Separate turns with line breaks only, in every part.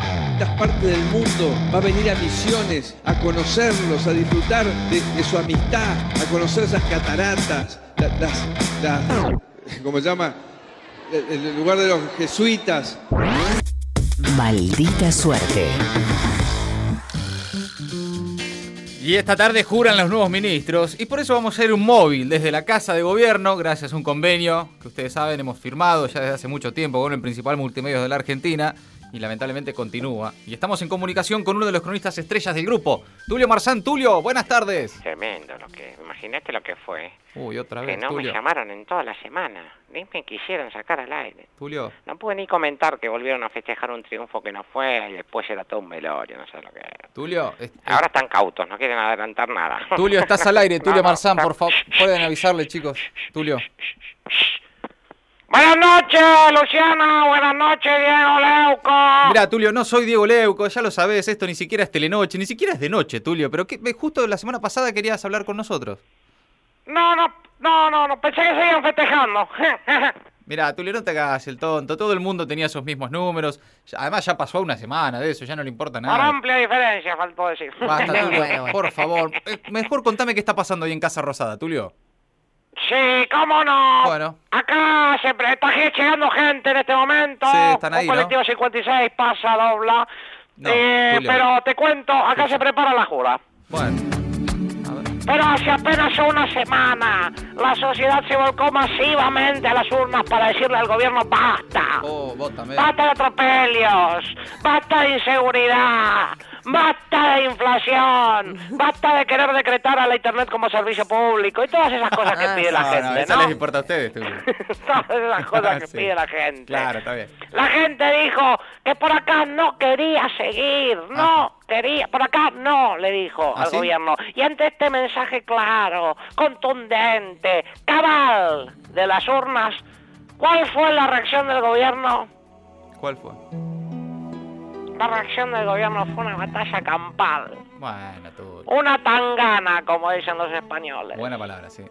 distintas partes del mundo, va a venir a misiones, a conocerlos, a disfrutar de, de su amistad, a conocer esas cataratas, la- las, las- ¿cómo se llama? El, el lugar de los jesuitas.
Maldita suerte.
Y esta tarde juran los nuevos ministros y por eso vamos a hacer un móvil desde la Casa de Gobierno, gracias a un convenio que ustedes saben hemos firmado ya desde hace mucho tiempo con el principal multimedios de la Argentina y lamentablemente continúa. Y estamos en comunicación con uno de los cronistas estrellas del grupo, Tulio Marzán. Tulio, buenas tardes.
Tremendo lo que, imagínate lo que fue. ¿eh?
Uy, otra
Que
vez,
no me
Tulio.
llamaron en toda la semana, ni me quisieron sacar al aire.
Tulio,
No pude ni comentar que volvieron a festejar un triunfo que no fue y después era todo un velorio, no sé lo que era.
Tulio, es- es-
Ahora están cautos, no quieren adelantar nada.
Tulio, estás al aire, Tulio
No, no,
Marzán,
no.
por favor, pueden avisarle, chicos. Tulio.
Buenas noches, Luciana, buenas noches, Diego Leuco.
Mira, Tulio, no soy Diego Leuco, ya lo sabes, esto ni siquiera es telenoche, ni siquiera es de noche, Tulio, pero que, justo la semana pasada querías hablar con nosotros.
No, no, no, no, no, pensé que seguían festejando.
Mirá, Tulio, no te hagas el tonto. Todo el mundo tenía esos mismos números. Ya- Además, ya pasó una semana de eso, ya no le importa
Por
nada.
amplia diferencia, faltó decir.
Basta, Tulio,
Bueno, bueno.
por favor. Eh, Mejor contame qué está pasando ahí en Casa Rosada, Tulio.
Sí, cómo no.
Bueno.
Acá se pre- está je- llegando gente en este momento.
Sí, están ahí,
Un
¿no?
colectivo 56 pasa, dobla.
No,
Eh,
Julio.
pero te cuento, acá se prepara la jura.
Bueno. A ver.
Pero hace apenas una semana la sociedad se volcó masivamente a las urnas para decirle al gobierno basta.
Oh, bótame.
Basta de atropellos, basta de inseguridad, basta de inflación, basta de querer decretar a la internet como servicio público y todas esas cosas que pide la
Ah, No, no,
gente,
eso
¿no?
les importa a ustedes, Tulio.
todas esas cosas que
Sí.
pide la gente.
Claro, está bien.
La gente dijo que por acá no quería seguir, no
Ajá.
quería, por acá no, le dijo
¿Ah,
al
sí?
gobierno. Y ante este mensaje claro, contundente, cabal de las urnas, ¿cuál fue la reacción del gobierno?
¿Cuál fue?
La reacción del gobierno fue una batalla campal,
Bueno, Tulio.
una tangana, como dicen los españoles.
Buena palabra, sí.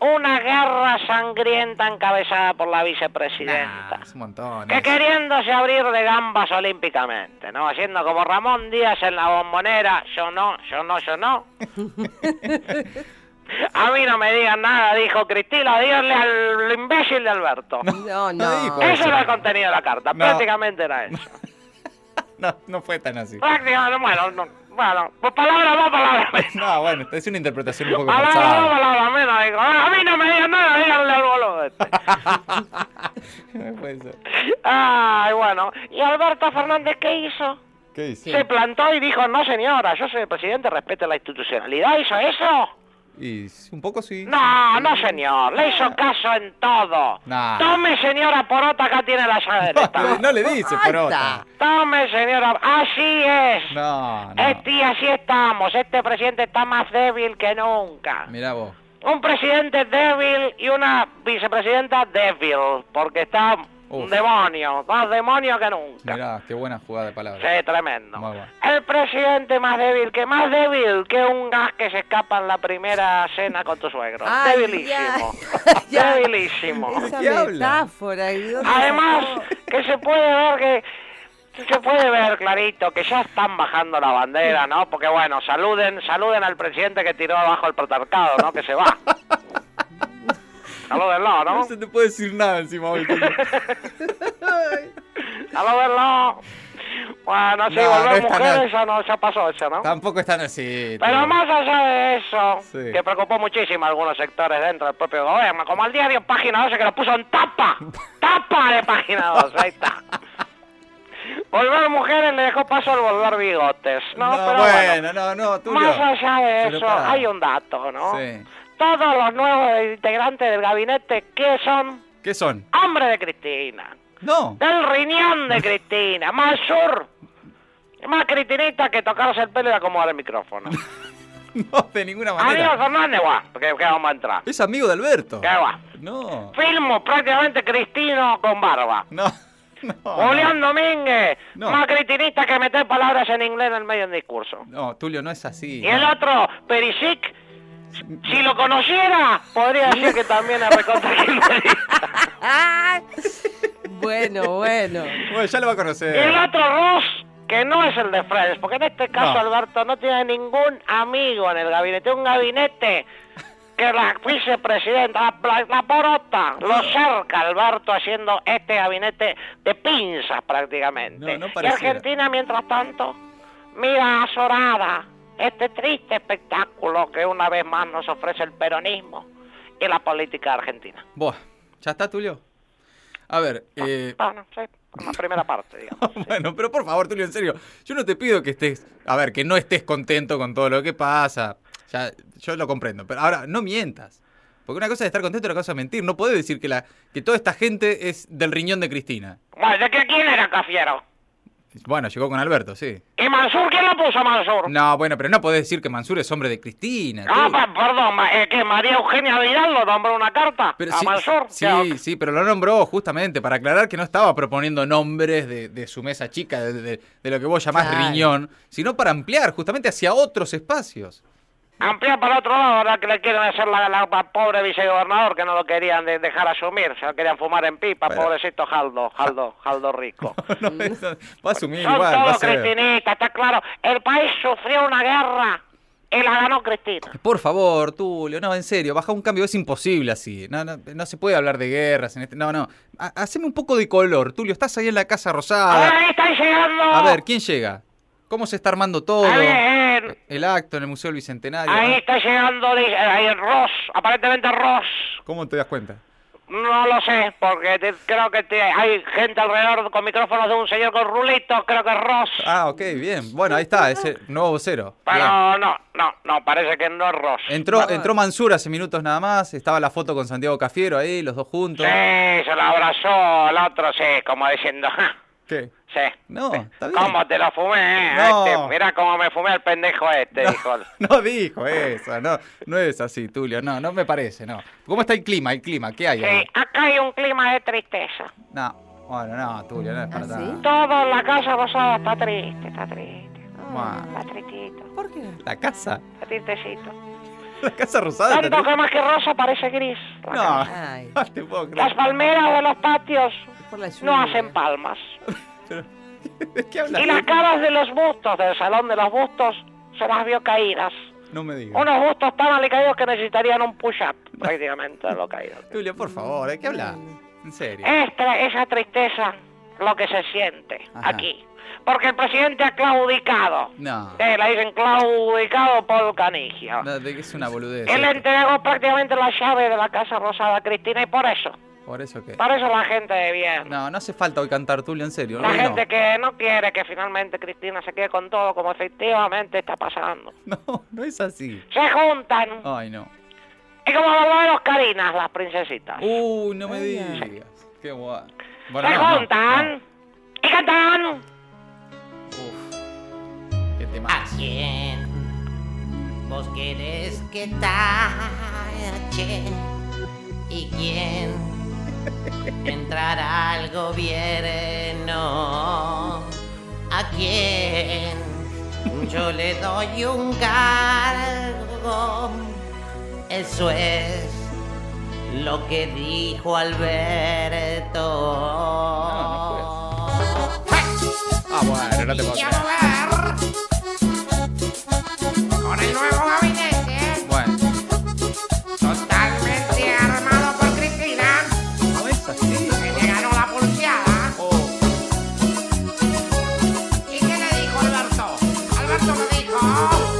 Una guerra sangrienta encabezada por la vicepresidenta.
Nah, es un montón. ¿eh?
Que
eso.
queriéndose abrir de gambas olímpicamente, ¿no? Haciendo como Ramón Díaz en la bombonera, yo no, yo no, yo no. A mí no me digan nada, dijo Cristina, díganle al imbécil de Alberto.
No,
no dijo.
no.
Eso era el contenido de la carta,
No.
prácticamente era eso.
No, no fue tan
Ah,
así.
Prácticamente, bueno, no, bueno, pues palabra más, palabra menos.
No, bueno, es una interpretación un poco
Palabra más,
forzada.
palabra menos, dijo. A mí no me digan nada, díganle al boludo este.
Puede ser.
Ay, bueno. ¿Y Alberto Fernández qué hizo?
¿Qué dice?
Se plantó y dijo, no señora, yo soy el presidente, respete la institucionalidad, ¿hizo eso?
Y un poco sí.
No, no señor, le hizo caso en todo.
No.
Tome señora Porota, acá tiene la llave del
No,
Estado.
no le dice, pero.
Basta.
Tome señora, así es.
No, no.
Este, y así estamos, este presidente está más débil que nunca.
Mirá vos.
Un presidente débil y una vicepresidenta débil, porque está
Uf.
un demonio, más demonio que nunca.
Mirá, qué buena jugada de palabras.
Sí, tremendo.
Muy bueno.
El presidente más débil, que más débil que un gas que se escapa en la primera cena con tu suegro.
Ay,
Debilísimo.
ya, ya.
Debilísimo.
Esa
¿De qué habla?
metáfora. ¿y dónde
Además,
sacó?
que se puede ver que se puede ver clarito que ya están bajando la bandera, ¿no? Porque bueno, saluden, saluden al presidente que tiró abajo el protarcado, ¿no? Que se va. Salúdenlo,
No
¿no?
se te puede decir nada encima hoy. Tulio.
Salúdenlo. Bueno, sí,
No, no
volver
está
mujer,
nada.
eso no, ya pasó eso, ¿no?
Tampoco están así.
Pero
Tulio.
más allá de eso,
Sí.
que preocupó muchísimo a algunos sectores dentro del propio gobierno, como al diario Página 12 que lo puso en tapa, tapa de Página 12, ahí está. Volver mujeres le dejó paso al volver bigotes, ¿no?
No,
Pero bueno,
bueno, no, no, Tulio.
más allá de
Pero
eso,
pará.
hay un dato, ¿no?
Sí.
Todos los nuevos integrantes del gabinete que son
¿Qué son?
hombres de Cristina,
No.
del riñón de Cristina, más sur, más cristinista que tocarse el pelo y acomodar el micrófono.
No, de ninguna
Aníbal
manera.
Fernández, guau, que, que vamos a entrar.
Es amigo de Alberto.
Que va.
No.
Filmo prácticamente Cristino con barba.
No. No.
Julián Domínguez,
No.
más cristinista que meter palabras en inglés en el medio del discurso.
No, Tulio, no es así.
Y el otro, Perisic, si lo conociera, podría decir que también es recontra kirchnerista.
Ah, bueno, bueno.
Bueno, ya lo va a
Y el
conocer.
otro, Ross, que no es el de Friends, porque en este caso
No.
Alberto no tiene ningún amigo en el gabinete, un gabinete que la vicepresidenta, la, la- la porota, lo cerca Alberto haciendo este gabinete de pinzas prácticamente.
No, no
y
pareciera.
Argentina, mientras tanto, mira azorada este triste espectáculo que una vez más nos ofrece el peronismo y la política argentina.
Buah, ¿ya está, Tulio? A ver, eh,
Bueno, sí, la primera parte, digamos.
bueno, pero por favor, Tulio, en serio, yo no te pido que estés, a ver, que no estés contento con todo lo que pasa. Ya, yo lo comprendo, pero ahora no mientas. Porque una cosa es estar contento y otra cosa es mentir. No puedes decir que, la, que toda esta gente es del riñón de Cristina.
Bueno, ¿de qué quién era Cafiero?
Bueno, llegó con Alberto, sí.
¿Y Mansur quién lo puso, Mansur?
No, bueno, pero no podés decir que Mansur es hombre de Cristina.
Ah,
Tulio.
pa- perdón, ma- eh, que María Eugenia Vidal lo nombró una carta
Pero
a
sí,
Mansur.
sí,
que-
sí, pero lo nombró justamente para aclarar que no estaba proponiendo nombres de, de su mesa chica, de, de- de lo que vos llamás
Claro.
riñón, sino para ampliar justamente hacia otros espacios.
Ampliar para otro lado, ¿verdad? Que le quieren hacer la, la- la pobre vicegobernador que no lo querían de- dejar asumir, se lo querían fumar en pipa,
Pero-
pobrecito Jaldo, Jaldo, Jaldo Rico.
No, eso- va a asumir
Son
igual, va a
todos
ser-
cristinistas, está claro. El país sufrió una guerra y la ganó Cristina.
Por favor, Tulio, no, en serio, baja un cambio, es imposible así. No, no, no se puede hablar de guerras en este. No, no. Ha- Haceme un poco de color, Tulio, estás ahí en la Casa
Ahora
Rosada.
ahí están llegando!
A ver, ¿quién llega? ¿Cómo se está armando todo?
Ahí, eh,
El acto en el Museo del Bicentenario.
ahí está llegando, dice, ahí Ross, aparentemente Ross.
¿Cómo te das cuenta?
No lo sé, porque te- creo que te- hay gente alrededor con micrófonos de un señor con rulitos, creo que es Ross.
Ah, ok, bien. Bueno, ahí está, ese nuevo vocero.
Pero
Bien.
no, no, no, parece que no es Ross.
Entró, entró Mansur hace minutos nada más, estaba la foto con Santiago Cafiero ahí, los dos juntos.
Sí, se lo abrazó el otro, sí, como diciendo, "Ja,
¿Qué?
sí.
No,
sí.
está bien.
¿Cómo te lo fumé? eh,
No.
Este? Mirá cómo me fumé al pendejo este, dijo.
No, no dijo eso, no, no es así, Tulio, no, no me parece, no. ¿Cómo está el clima? El clima, ¿qué hay ahí?
Sí, acá hay un clima de tristeza.
No, bueno, no, Tulio, no es para
¿Ah,
tanto.
Todo en la casa rosada está triste, está triste.
Bueno,
Está tristito,
¿Por qué?
La casa,
está tristecito.
la casa rosada.
Tanto
está-
que más que rosa parece gris. la casa.
No,
Ay.
no te puedo creer.
Las palmeras de los patios
Por la
no
lluvia.
hacen palmas.
¿De qué hablas?
Y las caras de los bustos, del salón de los bustos, se las vio caídas.
No me digas.
Unos bustos tan alicaídos que necesitarían un push-up, prácticamente, de lo caído.
Tulio, por favor, ¿de qué hablas? En serio.
Esta, esa tristeza, lo que se siente
Ajá.
aquí. Porque el presidente ha claudicado.
No,
Eh, le dicen claudicado por Canigio.
no, de que es una boludez.
Él
esto.
entregó prácticamente la llave de la Casa Rosada a Cristina y por eso,
Por eso que.
por eso la gente de bien.
No, no hace falta hoy cantar Tulio, en serio.
La
hoy
gente que no quiere que finalmente Cristina se quede con todo, como efectivamente está pasando.
no. no, no es así.
Se juntan.
Ay, no.
Y como verdaderos carinas las princesitas.
Uy, no me
Ay, ay.
digas. Qué guay.
se juntan. Y cantan.
Uf. Qué
¿A
tema.
quién vos querés que tachen? ¿Y quién entrará al gobierno? ¿A quién yo le doy un cargo? Eso es lo que dijo Alberto.
No, Ah, bueno, no te puedo
Y a
creer.
mover con el nuevo gabinete
Bueno,
totalmente armado por Cristina,
no es así.
que le ganó la pulseada.
Oh,
¿Y qué le dijo Alberto? Alberto me dijo,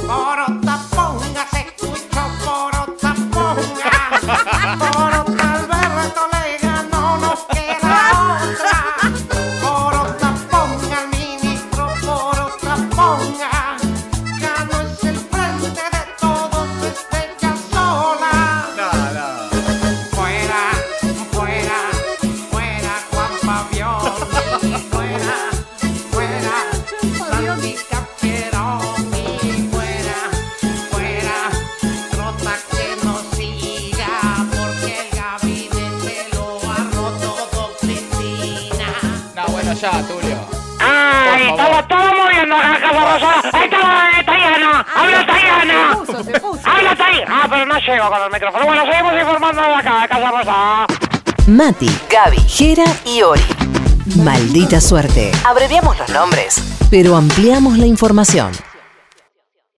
porota ponga, se escuchó porota ponga. Porota Alberto le ganó, nos queda otra. Porota ponga, el ministro porota ponga. Ya no es el frente de todos, es ella sola.
no, no.
Fuera, fuera, fuera Juan Pavión, fuera, fuera, Santi Capieroni, fuera, fuera, trota que nos siga, porque el gabinete lo armó todo Cristina.
No, bueno, ya, Tulio.
Ay,
Por favor.
estamos todos moviendo la Casa Rosada. Ahí está la italiana. Habla italiana.
Se puso, se puso.
Habla italiana. Ah, pero no llego con el micrófono. Bueno, seguimos informando de la ca- Casa Rosada.
Mati, Gaby, Gera y Ori. Maldita suerte.
Abreviamos los nombres.
pero ampliamos la información.